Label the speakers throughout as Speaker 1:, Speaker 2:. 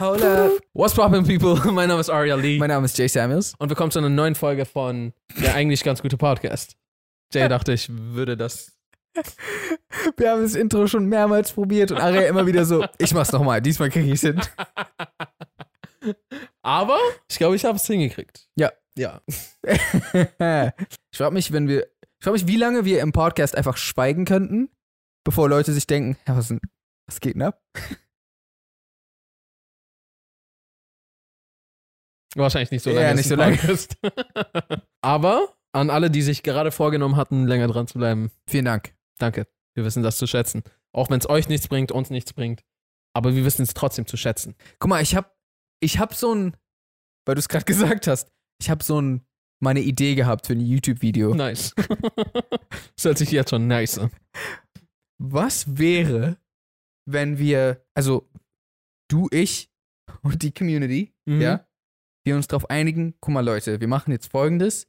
Speaker 1: Hola. What's poppin' people? Mein Name ist Aria Lee
Speaker 2: Mein Name ist Jay Samuels.
Speaker 1: und willkommen zu einer neuen Folge von der eigentlich ganz gute Podcast. Jay dachte, ich würde das.
Speaker 2: Wir haben das Intro schon mehrmals probiert und Aria immer wieder so, ich mach's nochmal, diesmal kriege ich's hin.
Speaker 1: Aber ich glaube, ich habe es hingekriegt.
Speaker 2: Ja.
Speaker 1: Ja.
Speaker 2: ich frage mich, wenn wir, ich frage mich, wie lange wir im Podcast einfach schweigen könnten, bevor Leute sich denken, ja, was, denn, was geht denn ab?
Speaker 1: Wahrscheinlich nicht so lange.
Speaker 2: Ja,
Speaker 1: es
Speaker 2: nicht so
Speaker 1: ein
Speaker 2: lange.
Speaker 1: Podcast. Aber an alle, die sich gerade vorgenommen hatten, länger dran zu bleiben,
Speaker 2: Vielen Dank.
Speaker 1: danke. Wir wissen das zu schätzen. Auch wenn es euch nichts bringt, uns nichts bringt. Aber wir wissen es trotzdem zu schätzen.
Speaker 2: Guck mal, ich hab, ich hab so ein, weil du es gerade gesagt hast, ich hab so ein, meine Idee gehabt für ein YouTube-Video.
Speaker 1: Nice. das hört sich jetzt schon nice an.
Speaker 2: Was wäre, wenn wir, also du, ich und die Community,
Speaker 1: Mhm.
Speaker 2: ja, wir uns darauf einigen, guck mal Leute, wir machen jetzt folgendes.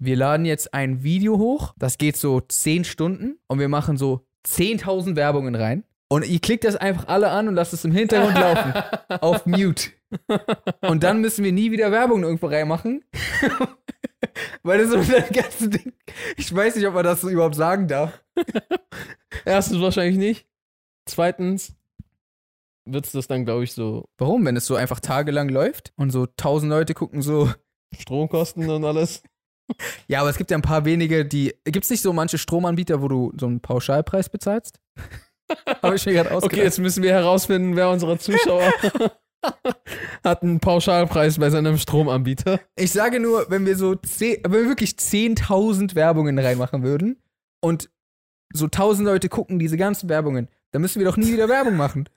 Speaker 2: Wir laden jetzt ein Video hoch, das geht so 10 Stunden und wir machen so 10.000 Werbungen rein. Und ihr klickt das einfach alle an und lasst es im Hintergrund laufen. auf Mute. Und dann müssen wir nie wieder Werbung irgendwo reinmachen. Weil das so das ganze Ding. Ich weiß nicht, ob man das so überhaupt sagen darf.
Speaker 1: Erstens wahrscheinlich nicht. Zweitens wird es das dann, glaube ich, so
Speaker 2: Warum? Wenn es so einfach tagelang läuft und so tausend Leute gucken so.
Speaker 1: Stromkosten und alles.
Speaker 2: Ja, aber es gibt ja ein paar wenige, die. Gibt es nicht so manche Stromanbieter, wo du so einen Pauschalpreis bezahlst? Habe ich mir gerade ausgedacht.
Speaker 1: Okay, jetzt müssen wir herausfinden, wer unserer Zuschauer hat einen Pauschalpreis bei seinem Stromanbieter.
Speaker 2: Ich sage nur, wenn wir so zehn, wenn wir wirklich 10.000 Werbungen reinmachen würden und so 1.000 Leute gucken diese ganzen Werbungen, dann müssen wir doch nie wieder Werbung machen.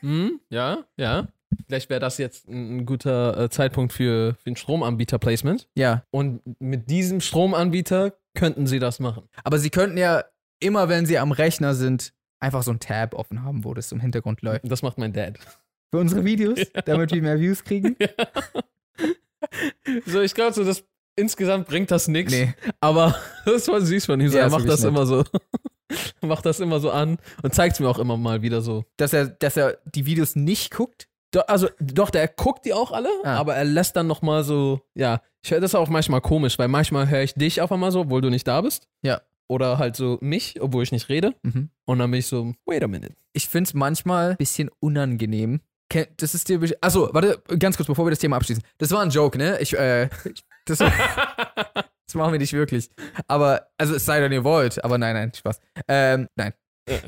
Speaker 1: Hm, ja, ja. Vielleicht wäre das jetzt ein, ein guter äh, Zeitpunkt für, für ein Stromanbieter-Placement.
Speaker 2: Ja,
Speaker 1: Und mit diesem Stromanbieter könnten sie das machen.
Speaker 2: aber sie könnten ja immer, wenn sie am Rechner sind, einfach so ein Tab offen haben, wo das im Hintergrund läuft.
Speaker 1: Das macht mein Dad.
Speaker 2: Für unsere Videos, damit wir mehr Views kriegen.
Speaker 1: So, ich glaube, so das insgesamt bringt das nichts.
Speaker 2: Nee,
Speaker 1: Aber das war süß von ihm. so.
Speaker 2: Ja,
Speaker 1: er
Speaker 2: ist
Speaker 1: macht
Speaker 2: wirklich
Speaker 1: das
Speaker 2: nett.
Speaker 1: immer so. macht das immer so an und zeigt es mir auch immer mal wieder so.
Speaker 2: dass er, dass er die Videos nicht guckt.
Speaker 1: Do, also, doch, der guckt die auch alle,
Speaker 2: Ah.
Speaker 1: aber er lässt dann nochmal so, ja, ich höre das ist auch manchmal komisch, weil manchmal höre ich dich auf einmal so, obwohl du nicht da bist.
Speaker 2: Ja.
Speaker 1: Oder halt so mich, obwohl ich nicht rede. Und dann bin ich so, wait a minute.
Speaker 2: Ich finde es manchmal ein bisschen unangenehm. Ken- Das ist dir. besch- Achso, warte, ganz kurz, bevor wir das Thema abschließen. Das war ein Joke, ne? Ich, äh, ich- das, das machen wir nicht wirklich. Aber, also es sei denn, ihr wollt, aber nein, nein, Spaß. Ähm, nein. Äh,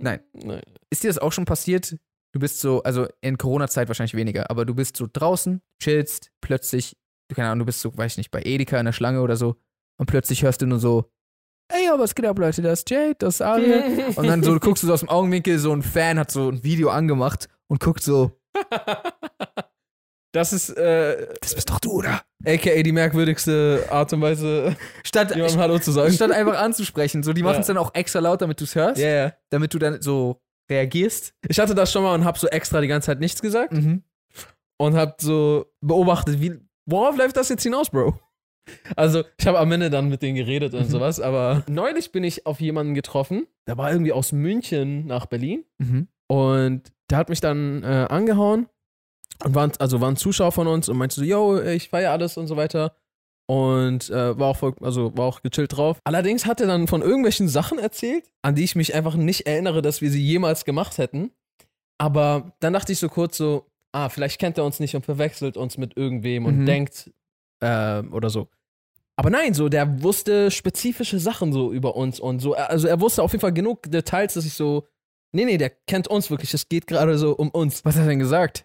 Speaker 2: nein.
Speaker 1: Nein.
Speaker 2: Ist dir das auch schon passiert? Du bist so, also in Corona-Zeit wahrscheinlich weniger, aber du bist so draußen, chillst, plötzlich, du keine Ahnung, du bist so, weiß ich nicht, bei Edeka in der Schlange oder so, und plötzlich hörst du nur so, ey, aber was geht ab, Leute, das ist Jade, das ist Aria. Und dann so guckst du so aus dem Augenwinkel, so ein Fan hat so ein Video angemacht und guckt so,
Speaker 1: Das ist, äh,
Speaker 2: das bist doch du, oder?
Speaker 1: aka die merkwürdigste Art und Weise,
Speaker 2: Statt,
Speaker 1: jemandem Hallo zu sagen.
Speaker 2: statt einfach anzusprechen. So, die machen es
Speaker 1: Ja.
Speaker 2: dann auch extra laut, damit du es hörst,
Speaker 1: Ja, ja.
Speaker 2: damit du dann so reagierst.
Speaker 1: Ich hatte das schon mal und habe so extra die ganze Zeit nichts gesagt. und hab so beobachtet, wie, worauf läuft das jetzt hinaus, Bro? Also, ich habe am Ende dann mit denen geredet und sowas, aber neulich bin ich auf jemanden getroffen, der war irgendwie aus München nach Berlin
Speaker 2: Mhm.
Speaker 1: und der hat mich dann äh, angehauen und war, ein- also war ein Zuschauer von uns und meinte so, yo, ich feiere alles und so weiter. Und äh, war, auch voll, also war auch gechillt drauf. Allerdings hat er dann von irgendwelchen Sachen erzählt, an die ich mich einfach nicht erinnere, dass wir sie jemals gemacht hätten. Aber dann dachte ich so kurz so, ah, vielleicht kennt er uns nicht und verwechselt uns mit irgendwem und
Speaker 2: Mhm.
Speaker 1: denkt ähm, oder so. Aber nein, so, der wusste spezifische Sachen so über uns und so. Also er wusste auf jeden Fall genug Details, dass ich so, Nee, nee, der kennt uns wirklich. Es geht gerade so um uns.
Speaker 2: Was hat er denn gesagt?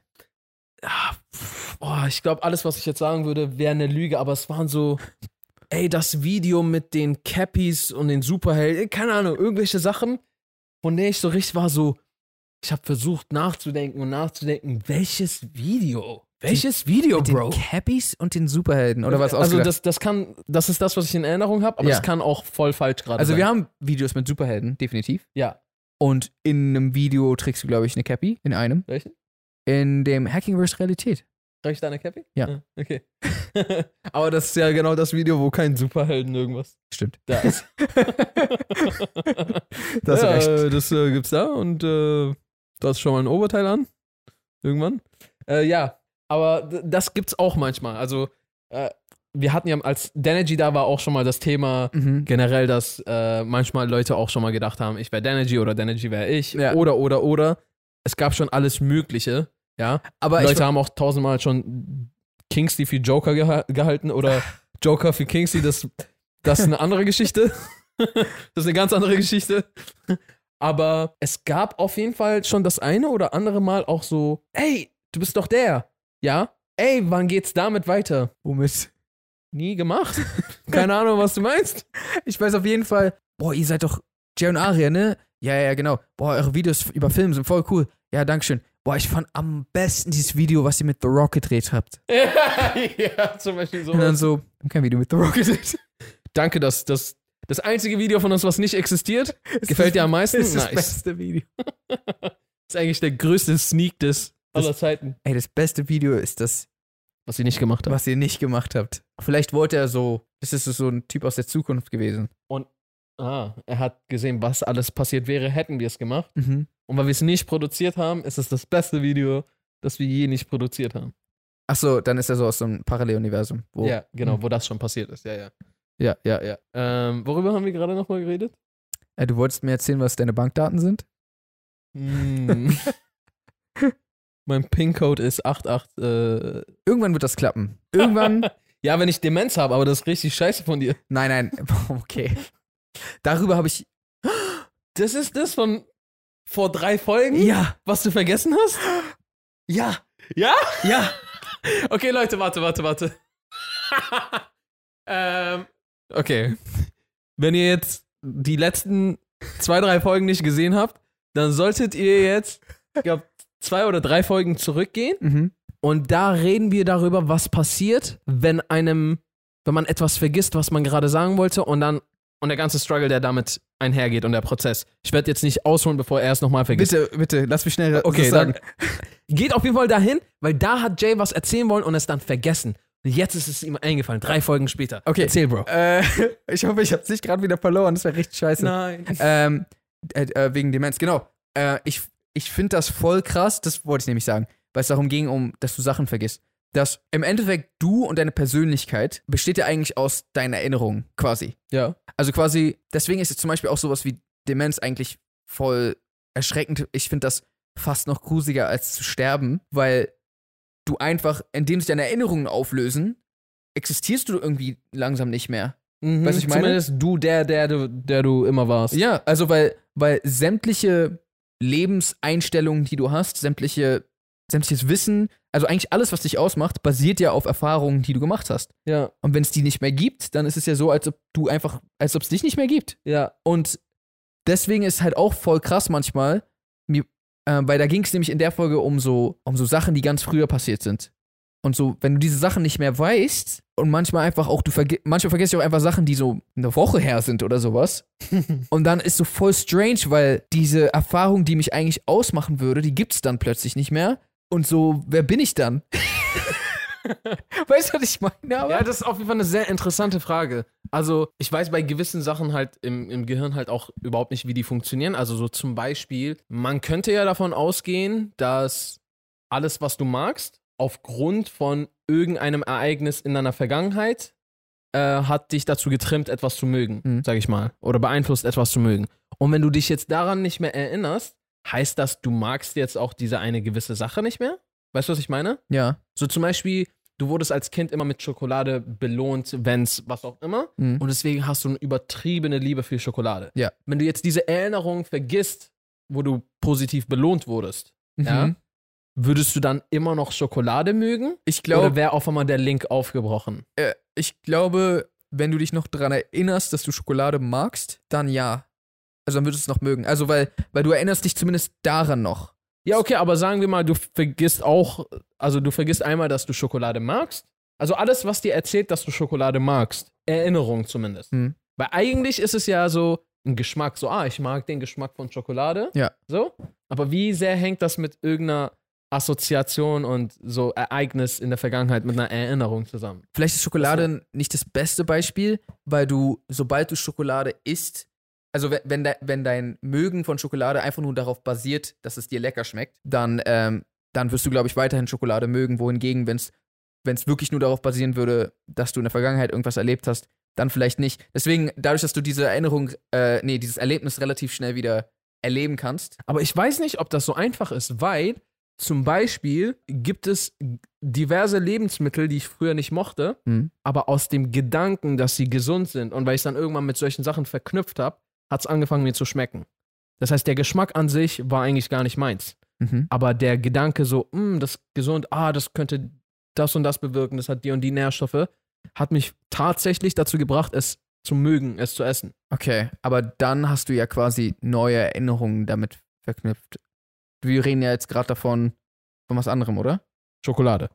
Speaker 1: Ah, pff, oh, ich glaube, alles, was ich jetzt sagen würde, wäre eine Lüge, aber es waren so, ey, das Video mit den Cappies und den Superhelden, äh, keine Ahnung, irgendwelche Sachen, von der ich so richtig war, so, ich habe versucht nachzudenken und nachzudenken, welches Video? Welches Video,
Speaker 2: Mit den
Speaker 1: Oh, Bro?
Speaker 2: Cappies und den Superhelden oder was
Speaker 1: Also
Speaker 2: ausgedacht?
Speaker 1: das, das kann, das ist das, was ich in Erinnerung habe, aber
Speaker 2: Ja.
Speaker 1: das kann auch voll falsch gerade
Speaker 2: Also
Speaker 1: sein.
Speaker 2: wir haben Videos mit Superhelden, definitiv.
Speaker 1: ja,
Speaker 2: Und in einem Video trägst du, glaube ich, eine Cappy. In einem.
Speaker 1: welchen?
Speaker 2: In dem Hackingverse Realität.
Speaker 1: Darf ich da eine Cappy? Ah,
Speaker 2: Ja.
Speaker 1: Okay. Aber das ist ja genau das Video, wo kein Superhelden irgendwas
Speaker 2: Stimmt.
Speaker 1: da ist.
Speaker 2: Da hast du
Speaker 1: ja,
Speaker 2: recht.
Speaker 1: äh, Das äh, gibt's da und äh, du hast schon mal ein Oberteil an. Irgendwann. Äh, ja, aber d- das gibt's auch manchmal. Also, äh, wir hatten ja, als Danergy da war, auch schon mal das Thema
Speaker 2: Mhm.
Speaker 1: generell, dass äh, manchmal Leute auch schon mal gedacht haben, ich wäre Danergy oder Danergy wäre ich.
Speaker 2: Ja.
Speaker 1: Oder, oder, oder. Es gab schon alles Mögliche. Ja.
Speaker 2: Aber
Speaker 1: Leute haben auch tausendmal schon Kingsley für Joker geha gehalten oder Joker für Kingsley. Das, das ist eine andere Geschichte. das ist eine ganz andere Geschichte. Aber es gab auf jeden Fall schon das eine oder andere Mal auch so, ey, du bist doch der. Ja? Ey, wann geht's damit weiter?
Speaker 2: ich, womit?
Speaker 1: Nie gemacht. Keine Ahnung, was du meinst.
Speaker 2: Ich weiß auf jeden Fall, boah, ihr seid doch Jay und Aria, ne? Ja, ja, ja, genau. Boah, eure Videos über Filme sind voll cool. Ja, dankeschön. Boah, ich fand am besten dieses Video, was ihr mit The Rock gedreht habt.
Speaker 1: ja, zum Beispiel
Speaker 2: Und dann so, wir haben kein Video mit The Rock gedreht.
Speaker 1: Danke, dass das, das einzige Video von uns, was nicht existiert, gefällt dir am meisten.
Speaker 2: Das ist das
Speaker 1: nice.
Speaker 2: beste Video.
Speaker 1: ist eigentlich der größte Sneak des aller Zeiten,
Speaker 2: Ey, das beste Video ist das,
Speaker 1: was sie nicht gemacht haben.
Speaker 2: was ihr nicht gemacht habt. Vielleicht wollte er so, das ist so ein Typ aus der Zukunft gewesen.
Speaker 1: Ah, er hat gesehen, was alles passiert wäre, hätten wir es gemacht.
Speaker 2: Mhm.
Speaker 1: Und weil wir es nicht produziert haben, ist es das beste Video, das wir je nicht produziert haben.
Speaker 2: Achso, dann ist er so aus so einem Paralleluniversum. Wo
Speaker 1: Ja, genau,
Speaker 2: Mhm.
Speaker 1: wo das schon passiert ist. Ja, ja.
Speaker 2: ja, ja.
Speaker 1: Ja, ja. Ähm, worüber haben wir gerade nochmal geredet?
Speaker 2: Äh, du wolltest mir erzählen, was deine Bankdaten sind?
Speaker 1: Hm. mein PIN-Code ist 88. Äh,
Speaker 2: Irgendwann wird das klappen. Irgendwann.
Speaker 1: ja, wenn ich Demenz habe, aber das ist richtig scheiße von dir.
Speaker 2: nein, nein. Okay. Darüber habe ich.
Speaker 1: Das ist das von vor drei Folgen,
Speaker 2: Ja,
Speaker 1: was du vergessen hast?
Speaker 2: ja,
Speaker 1: Ja?
Speaker 2: ja.
Speaker 1: Okay, Leute, warte, warte, warte. ähm, okay. Wenn ihr jetzt die letzten zwei, drei Folgen nicht gesehen habt, dann solltet ihr jetzt, ich glaube, zwei oder drei Folgen zurückgehen.
Speaker 2: Mhm.
Speaker 1: Und da reden wir darüber, was passiert, wenn einem, wenn man etwas vergisst, was man gerade sagen wollte, und dann, und der ganze Struggle, der damit einhergeht und der Prozess. Ich werde jetzt nicht ausholen, bevor er es nochmal vergisst.
Speaker 2: Bitte, bitte, lass mich schnell
Speaker 1: Okay,
Speaker 2: das sagen.
Speaker 1: Geht auf jeden Fall dahin, weil da hat Jay was erzählen wollen und es dann vergessen. Und jetzt ist es ihm eingefallen, drei Folgen später.
Speaker 2: Okay.
Speaker 1: Erzähl, Bro.
Speaker 2: Äh, ich hoffe, ich habe es nicht gerade wieder verloren. Das wäre richtig scheiße.
Speaker 1: Nein.
Speaker 2: Ähm, äh, äh, wegen Demenz, genau. Äh, ich ich finde das voll krass, das wollte ich nämlich sagen, weil es darum ging, um, dass du Sachen vergisst. Dass im Endeffekt du und deine Persönlichkeit besteht ja eigentlich aus deinen Erinnerungen, quasi.
Speaker 1: Ja.
Speaker 2: Also quasi, deswegen ist jetzt zum Beispiel auch sowas wie Demenz eigentlich voll erschreckend. Ich finde das fast noch grusiger als zu sterben, weil du einfach, indem sich deine Erinnerungen auflösen, existierst du irgendwie langsam nicht mehr.
Speaker 1: Mhm.
Speaker 2: Weißt du, ich meine?
Speaker 1: Zumindest du der, der, du- der du immer warst.
Speaker 2: Ja, also weil, weil sämtliche Lebenseinstellungen, die du hast, sämtliche, sämtliches Wissen, also eigentlich alles, was dich ausmacht, basiert ja auf Erfahrungen, die du gemacht hast.
Speaker 1: Ja.
Speaker 2: Und wenn es die nicht mehr gibt, dann ist es ja so, als ob du einfach, als ob es dich nicht mehr gibt.
Speaker 1: Ja.
Speaker 2: Und deswegen ist halt auch voll krass manchmal, mir, äh, weil da ging es nämlich in der Folge um so, um so Sachen, die ganz früher passiert sind. Und so, wenn du diese Sachen nicht mehr weißt und manchmal einfach auch, du vergi manchmal vergisst du auch einfach Sachen, die so eine Woche her sind oder sowas. und dann ist so voll strange, weil diese Erfahrung, die mich eigentlich ausmachen würde, die gibt's dann plötzlich nicht mehr. Und so, wer bin ich dann? weißt du, was ich meine? Aber
Speaker 1: Ja, das ist auf jeden Fall eine sehr interessante Frage. Also, ich weiß bei gewissen Sachen halt im, im Gehirn halt auch überhaupt nicht, wie die funktionieren. Also, so zum Beispiel, man könnte ja davon ausgehen, dass alles, was du magst, aufgrund von irgendeinem Ereignis in deiner Vergangenheit, äh, hat dich dazu getrimmt, etwas zu mögen,
Speaker 2: Mhm.
Speaker 1: sag ich mal. Oder beeinflusst, etwas zu mögen. Und wenn du dich jetzt daran nicht mehr erinnerst, heißt das, du magst jetzt auch diese eine gewisse Sache nicht mehr? Weißt du, was ich meine?
Speaker 2: ja.
Speaker 1: So zum Beispiel, du wurdest als Kind immer mit Schokolade belohnt, wenn's was auch immer.
Speaker 2: Mhm.
Speaker 1: Und deswegen hast du eine übertriebene Liebe für Schokolade.
Speaker 2: Ja.
Speaker 1: Wenn du jetzt diese Erinnerung vergisst, wo du positiv belohnt wurdest, ja?
Speaker 2: Mhm.
Speaker 1: würdest du dann immer noch Schokolade mögen?
Speaker 2: Ich
Speaker 1: Oder
Speaker 2: glaube,
Speaker 1: wäre auf einmal der Link aufgebrochen?
Speaker 2: Äh, ich glaube, wenn du dich noch daran erinnerst, dass du Schokolade magst, dann ja. Also dann würdest du es noch mögen. Also weil, weil du erinnerst dich zumindest daran noch.
Speaker 1: Ja, okay, aber sagen wir mal, du vergisst auch, also du vergisst einmal, dass du Schokolade magst. Also alles, was dir erzählt, dass du Schokolade magst. Erinnerung zumindest.
Speaker 2: Hm.
Speaker 1: Weil eigentlich ist es ja so ein Geschmack, so, ah, ich mag den Geschmack von Schokolade.
Speaker 2: Ja.
Speaker 1: So. Aber wie sehr hängt das mit irgendeiner Assoziation und so Ereignis in der Vergangenheit mit einer Erinnerung zusammen.
Speaker 2: Vielleicht ist Schokolade nicht das beste Beispiel, weil du, sobald du Schokolade isst, also we- wenn, de, wenn dein Mögen von Schokolade einfach nur darauf basiert, dass es dir lecker schmeckt, dann, ähm, dann wirst du, glaube ich, weiterhin Schokolade mögen. Wohingegen, wenn es wirklich nur darauf basieren würde, dass du in der Vergangenheit irgendwas erlebt hast, dann vielleicht nicht. Deswegen, dadurch, dass du diese Erinnerung, äh, nee, dieses Erlebnis relativ schnell wieder erleben kannst.
Speaker 1: Aber ich weiß nicht, ob das so einfach ist, weil zum Beispiel gibt es diverse Lebensmittel, die ich früher nicht mochte, aber aus dem Gedanken, dass sie gesund sind und weil ich es dann irgendwann mit solchen Sachen verknüpft habe, hat es angefangen, mir zu schmecken. Das heißt, der Geschmack an sich war eigentlich gar nicht meins.
Speaker 2: Mhm.
Speaker 1: Aber der Gedanke so, "Mm, das ist gesund, ah, das könnte das und das bewirken, das hat die und die Nährstoffe, hat mich tatsächlich dazu gebracht, es zu mögen, es zu essen.
Speaker 2: Okay, aber dann hast du ja quasi neue Erinnerungen damit verknüpft. Wir reden ja jetzt gerade davon, von was anderem, oder?
Speaker 1: Schokolade.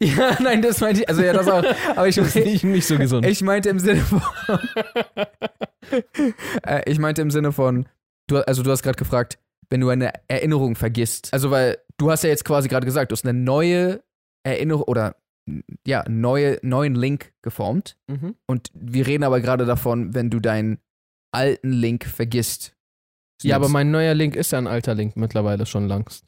Speaker 2: Ja, nein, das meinte ich. Also ja, das auch. Aber ich,
Speaker 1: nicht, nicht so gesund.
Speaker 2: ich meinte im Sinne von. äh, ich meinte im Sinne von, du, also du hast gerade gefragt, wenn du eine Erinnerung vergisst. Also weil du hast ja jetzt quasi gerade gesagt, du hast eine neue Erinnerung oder ja, neue, neuen Link geformt.
Speaker 1: mhm.
Speaker 2: Und wir reden aber gerade davon, wenn du deinen alten Link vergisst.
Speaker 1: Ja, aber mein neuer Link ist ja ein alter Link mittlerweile schon langst.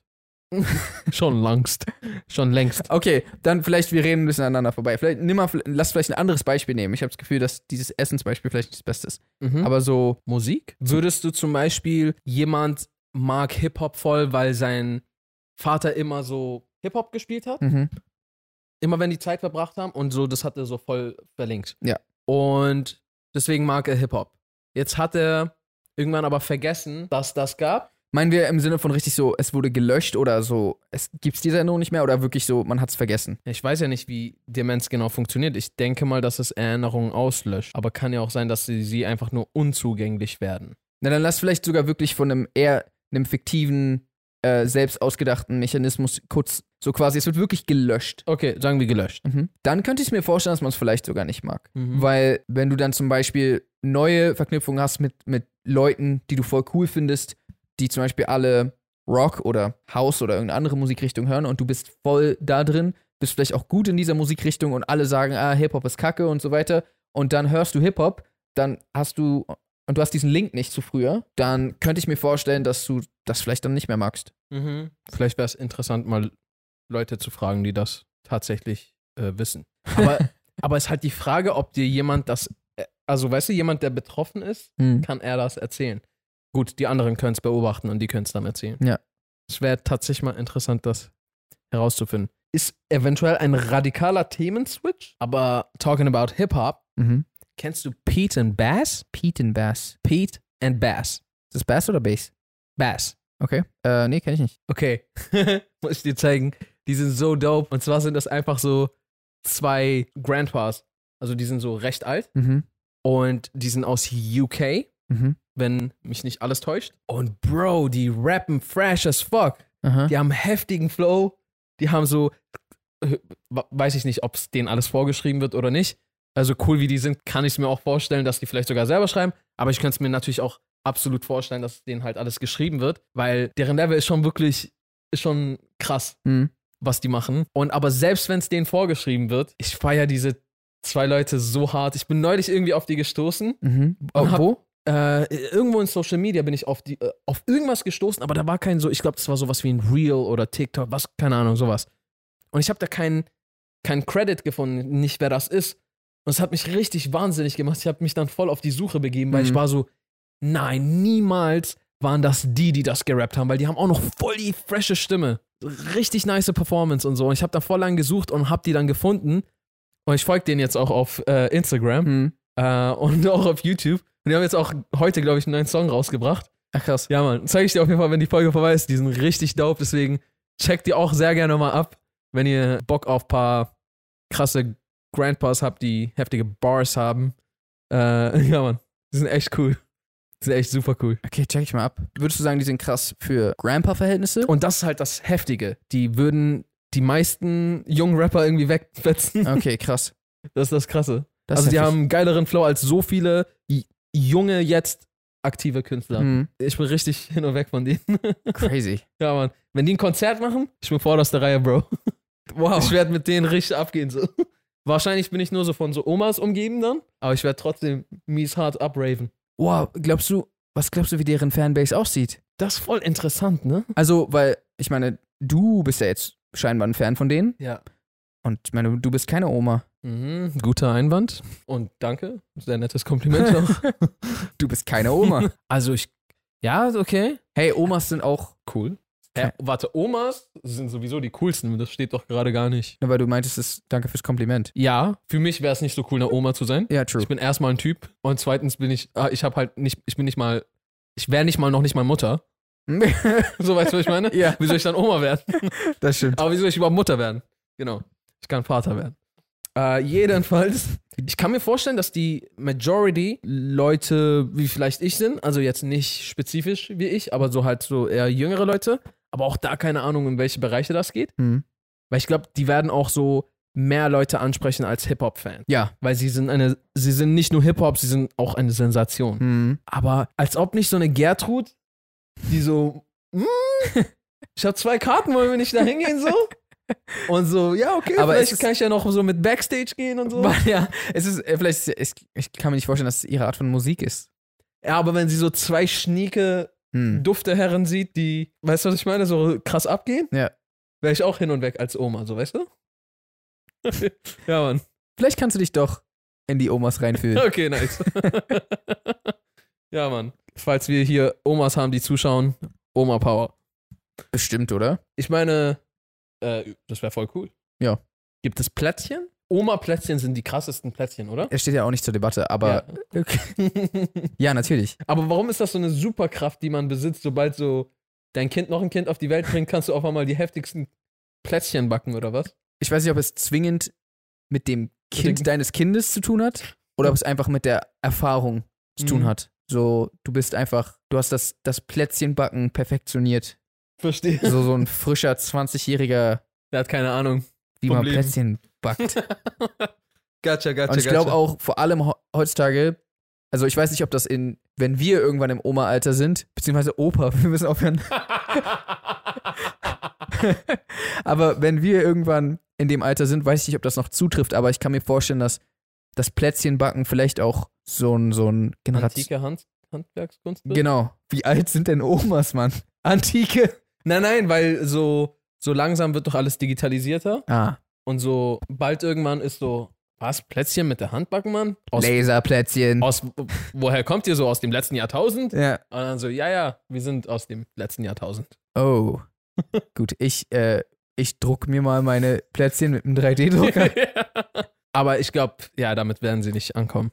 Speaker 1: schon langst. Schon längst.
Speaker 2: Okay, dann vielleicht, wir reden ein bisschen aneinander vorbei. Vielleicht nimm mal, lass vielleicht ein anderes Beispiel nehmen. Ich habe das Gefühl, dass dieses Essensbeispiel vielleicht nicht das Beste ist.
Speaker 1: Aber
Speaker 2: Aber so,
Speaker 1: Musik? Würdest du zum Beispiel jemand mag Hip-Hop voll, weil sein Vater immer so Hip-Hop gespielt
Speaker 2: Mhm.
Speaker 1: hat? Immer wenn die Zeit verbracht haben und so, das hat er so voll verlinkt.
Speaker 2: Ja.
Speaker 1: Und deswegen mag er Hip-Hop. Jetzt hat er irgendwann aber vergessen, dass das gab.
Speaker 2: meinen wir im Sinne von richtig so, es wurde gelöscht oder so, es gibt es diese Erinnerung nicht mehr oder wirklich so, man hat es vergessen.
Speaker 1: Ich weiß ja nicht, wie Demenz genau funktioniert. Ich denke mal, dass es Erinnerungen auslöscht. Aber kann ja auch sein, dass sie, sie einfach nur unzugänglich werden.
Speaker 2: Na, dann lass vielleicht sogar wirklich von einem eher, einem fiktiven, äh, selbst ausgedachten Mechanismus kurz, so quasi, es wird wirklich gelöscht.
Speaker 1: Okay, sagen wir gelöscht.
Speaker 2: Dann könnte ich mir vorstellen, dass man es vielleicht sogar nicht mag. Weil, wenn du dann zum Beispiel neue Verknüpfungen hast mit, mit Leuten, die du voll cool findest, die zum Beispiel alle Rock oder House oder irgendeine andere Musikrichtung hören und du bist voll da drin, bist vielleicht auch gut in dieser Musikrichtung und alle sagen, ah, Hip-Hop ist kacke und so weiter. Und dann hörst du Hip-Hop, dann hast du, und du hast diesen Link nicht zu früher, dann könnte ich mir vorstellen, dass du das vielleicht dann nicht mehr magst.
Speaker 1: Mhm. Vielleicht wäre es interessant, mal Leute zu fragen, die das tatsächlich äh, wissen. Aber, aber es ist halt die Frage, ob dir jemand das, äh, also weißt du, jemand, der betroffen ist,
Speaker 2: Hm.
Speaker 1: kann er das erzählen. Gut, die anderen können es beobachten und die können es dann erzählen.
Speaker 2: Ja.
Speaker 1: Es wäre tatsächlich mal interessant, das herauszufinden. Ist eventuell ein radikaler Themenswitch, aber talking about Hip-Hop,
Speaker 2: Mhm.
Speaker 1: kennst du Pete and Bass?
Speaker 2: Pete and Bass.
Speaker 1: Pete and Bass.
Speaker 2: Ist das Bass oder Bass?
Speaker 1: Bass.
Speaker 2: Okay. Äh, nee, kenne ich nicht.
Speaker 1: Okay, muss ich dir zeigen. Die sind so dope. Und zwar sind das einfach so zwei Grandpas. Also die sind so recht alt
Speaker 2: Mhm.
Speaker 1: und die sind aus UK,
Speaker 2: Mhm.
Speaker 1: wenn mich nicht alles täuscht. Und Bro, die rappen fresh as fuck.
Speaker 2: Aha.
Speaker 1: Die haben heftigen Flow. Die haben so, äh, weiß ich nicht, ob es denen alles vorgeschrieben wird oder nicht. Also cool, wie die sind, kann ich es mir auch vorstellen, dass die vielleicht sogar selber schreiben. Aber ich könnte es mir natürlich auch absolut vorstellen, dass denen halt alles geschrieben wird, weil deren Level ist schon wirklich, ist schon krass,
Speaker 2: Mhm.
Speaker 1: was die machen. Und aber selbst wenn es denen vorgeschrieben wird, ich feiere diese zwei Leute so hart. Ich bin neulich irgendwie auf die gestoßen
Speaker 2: Mhm. Oh,
Speaker 1: hab-
Speaker 2: wo?
Speaker 1: äh, irgendwo in Social Media bin ich auf die äh, auf irgendwas gestoßen, aber da war kein so, ich glaube, das war sowas wie ein Reel oder TikTok, was keine Ahnung, sowas. Und ich habe da keinen keinen Credit gefunden, nicht wer das ist. Und es hat mich richtig wahnsinnig gemacht. Ich habe mich dann voll auf die Suche begeben, weil
Speaker 2: Mhm.
Speaker 1: ich war so, nein, niemals waren das die, die das gerappt haben, weil die haben auch noch voll die frische Stimme. Richtig nice Performance und so. Und ich habe da voll lang gesucht und habe die dann gefunden. Und ich folge denen jetzt auch auf äh, Instagram
Speaker 2: Hm.
Speaker 1: äh, und auch auf YouTube. Und die haben jetzt auch heute, glaube ich, einen neuen Song rausgebracht.
Speaker 2: Ach krass.
Speaker 1: Ja, Mann, zeige ich dir auf jeden Fall, wenn die Folge vorbei ist. Die sind richtig dope, deswegen checkt die auch sehr gerne mal ab, wenn ihr Bock auf paar krasse Grandpas habt, die heftige Bars haben. Äh, ja, Mann, die sind echt cool. Die sind echt super cool.
Speaker 2: Okay, check ich mal ab. Würdest du sagen, die sind krass für Grandpa-Verhältnisse?
Speaker 1: Und das ist halt das Heftige. Die würden die meisten jungen Rapper irgendwie wegfetzen.
Speaker 2: Okay, krass.
Speaker 1: Das ist das Krasse.
Speaker 2: Das
Speaker 1: also
Speaker 2: ist
Speaker 1: die
Speaker 2: heftig.
Speaker 1: haben einen geileren Flow als so viele j- junge jetzt aktive Künstler.
Speaker 2: Mhm.
Speaker 1: Ich bin richtig hin und weg von denen.
Speaker 2: Crazy.
Speaker 1: ja, Mann. Wenn die ein Konzert machen, ich bin vorderster Reihe, Bro.
Speaker 2: Wow.
Speaker 1: Ich werde mit denen richtig abgehen. So. Wahrscheinlich bin ich nur so von so Omas umgeben dann, aber ich werde trotzdem mies hart abraven.
Speaker 2: wow, glaubst du, was glaubst du, wie deren Fanbase aussieht?
Speaker 1: Das ist voll interessant, ne?
Speaker 2: Also, weil, ich meine, du bist ja jetzt scheinbar ein Fan von denen.
Speaker 1: Ja.
Speaker 2: Und ich meine, du bist keine Oma.
Speaker 1: Mhm, guter Einwand. Und danke. Sehr nettes Kompliment auch.
Speaker 2: Du bist keine Oma.
Speaker 1: also ich. Ja, ist okay.
Speaker 2: hey, Omas sind auch,
Speaker 1: Cool.
Speaker 2: Hä?
Speaker 1: Hä? warte, Omas sind sowieso die coolsten. Das steht doch gerade gar nicht.
Speaker 2: Na, weil du meintest, es, danke fürs Kompliment.
Speaker 1: Ja, für mich wäre es nicht so cool, eine Oma zu sein.
Speaker 2: Ja, true.
Speaker 1: Ich bin erstmal ein Typ und zweitens bin ich, ah, ich habe halt nicht, ich bin nicht mal, ich wäre nicht mal noch nicht mal Mutter. So weißt du, was ich meine?
Speaker 2: ja,
Speaker 1: Wie soll ich dann Oma werden?
Speaker 2: das stimmt.
Speaker 1: Aber wie soll ich überhaupt Mutter werden? Genau. Ich kann Vater werden. Äh, jedenfalls, ich kann mir vorstellen, dass die Majority Leute, wie vielleicht ich sind, also jetzt nicht spezifisch wie ich, aber so halt so eher jüngere Leute, aber auch da keine Ahnung, in welche Bereiche das geht.
Speaker 2: Hm.
Speaker 1: Weil ich glaube, die werden auch so mehr Leute ansprechen als Hip-Hop-Fan.
Speaker 2: Ja.
Speaker 1: Weil sie sind eine, sie sind nicht nur Hip-Hop, sie sind auch eine Sensation.
Speaker 2: Hm.
Speaker 1: Aber als ob nicht so eine Gertrud, die so, "Mm, ich habe zwei Karten, wollen wir nicht da hingehen so? Und so, ja, okay,
Speaker 2: Aber
Speaker 1: aber
Speaker 2: es
Speaker 1: vielleicht
Speaker 2: ist-
Speaker 1: kann ich ja noch so mit Backstage gehen und so.
Speaker 2: Weil, ja, es ist, äh, vielleicht, ist, es, ich kann mir nicht vorstellen, dass es ihre Art von Musik ist.
Speaker 1: Ja, aber wenn sie so zwei schnieke
Speaker 2: Hm.
Speaker 1: Dufteherren sieht, die, weißt du, was ich meine, so krass abgehen,
Speaker 2: Ja.
Speaker 1: wäre ich auch hin und weg als Oma, so, weißt du? ja, Mann.
Speaker 2: Vielleicht kannst du dich doch in die Omas reinfühlen.
Speaker 1: Okay, nice. ja, Mann. Falls wir hier Omas haben, die zuschauen, Oma Power.
Speaker 2: Bestimmt, oder?
Speaker 1: Ich meine, äh, das wäre voll cool.
Speaker 2: Ja.
Speaker 1: Gibt es Plätzchen? Oma-Plätzchen sind die krassesten Plätzchen, oder?
Speaker 2: Es steht ja auch nicht zur Debatte, aber ja, natürlich.
Speaker 1: Aber warum ist das so eine Superkraft, die man besitzt, sobald so dein Kind noch ein Kind auf die Welt bringt, kannst du auf einmal die heftigsten Plätzchen backen oder was?
Speaker 2: Ich weiß nicht, ob es zwingend mit dem Kind
Speaker 1: dem-
Speaker 2: deines Kindes zu tun hat oder ob es einfach mit der Erfahrung zu tun
Speaker 1: Mhm.
Speaker 2: hat. So, du bist einfach, du hast das, das Plätzchenbacken perfektioniert.
Speaker 1: Verstehe.
Speaker 2: So, so ein frischer 20-Jähriger,
Speaker 1: Der hat keine Ahnung.
Speaker 2: wie
Speaker 1: Vom
Speaker 2: man
Speaker 1: Leben.
Speaker 2: Plätzchen backt.
Speaker 1: Gotcha, gotcha,
Speaker 2: Und ich glaube auch, vor allem he- heutzutage, also ich weiß nicht, ob das in, wenn wir irgendwann im Oma-Alter sind, beziehungsweise Opa, wir müssen aufhören, aber wenn wir irgendwann in dem Alter sind, weiß ich nicht, ob das noch zutrifft, aber ich kann mir vorstellen, dass das Plätzchenbacken vielleicht auch so ein, so ein Generation.
Speaker 1: Antike Hand Handwerkskunst?
Speaker 2: Genau. Wie alt sind denn Omas, Mann? Antike.
Speaker 1: Nein, nein, weil so, so langsam wird doch alles digitalisierter.
Speaker 2: Ah,
Speaker 1: Und so bald irgendwann ist so, was, Plätzchen mit der Hand backen, Mann? Aus,
Speaker 2: Laserplätzchen.
Speaker 1: aus, woher kommt ihr so? Aus dem letzten Jahrtausend?
Speaker 2: Ja.
Speaker 1: Und dann so, ja, ja, wir sind aus dem letzten Jahrtausend.
Speaker 2: Oh. Gut, ich, äh, ich druck mir mal meine Plätzchen mit einem 3D-Drucker.
Speaker 1: Aber ich glaube, ja, damit werden sie nicht ankommen.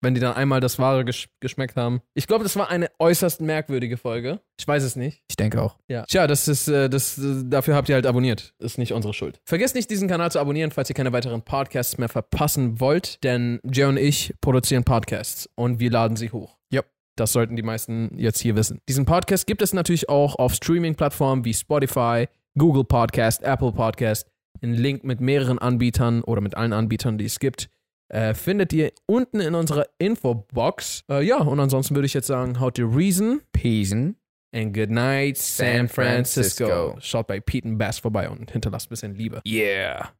Speaker 1: Wenn die dann einmal das Wahre gesch geschmeckt haben. Ich glaube, das war eine äußerst merkwürdige Folge. Ich weiß es nicht.
Speaker 2: Ich denke auch.
Speaker 1: Ja. Tja, das ist, äh, das, äh, dafür habt ihr halt abonniert. Ist nicht unsere Schuld. Vergesst nicht, diesen Kanal zu abonnieren, falls ihr keine weiteren Podcasts mehr verpassen wollt, denn Jay und ich produzieren Podcasts und wir laden sie hoch.
Speaker 2: Yep.
Speaker 1: Das sollten die meisten jetzt hier wissen. Diesen Podcast gibt es natürlich auch auf Streaming-Plattformen wie Spotify, Google Podcast, Apple Podcast. Einen Link mit mehreren Anbietern oder mit allen Anbietern, die es gibt, äh, findet ihr unten in unserer Infobox. Äh, ja, und ansonsten würde ich jetzt sagen, haut ihr Reason.
Speaker 2: Pesen.
Speaker 1: And good night, San
Speaker 2: San Francisco.
Speaker 1: Francisco. Schaut bei Pete und Bass vorbei und hinterlasst ein bisschen Liebe.
Speaker 2: Yeah.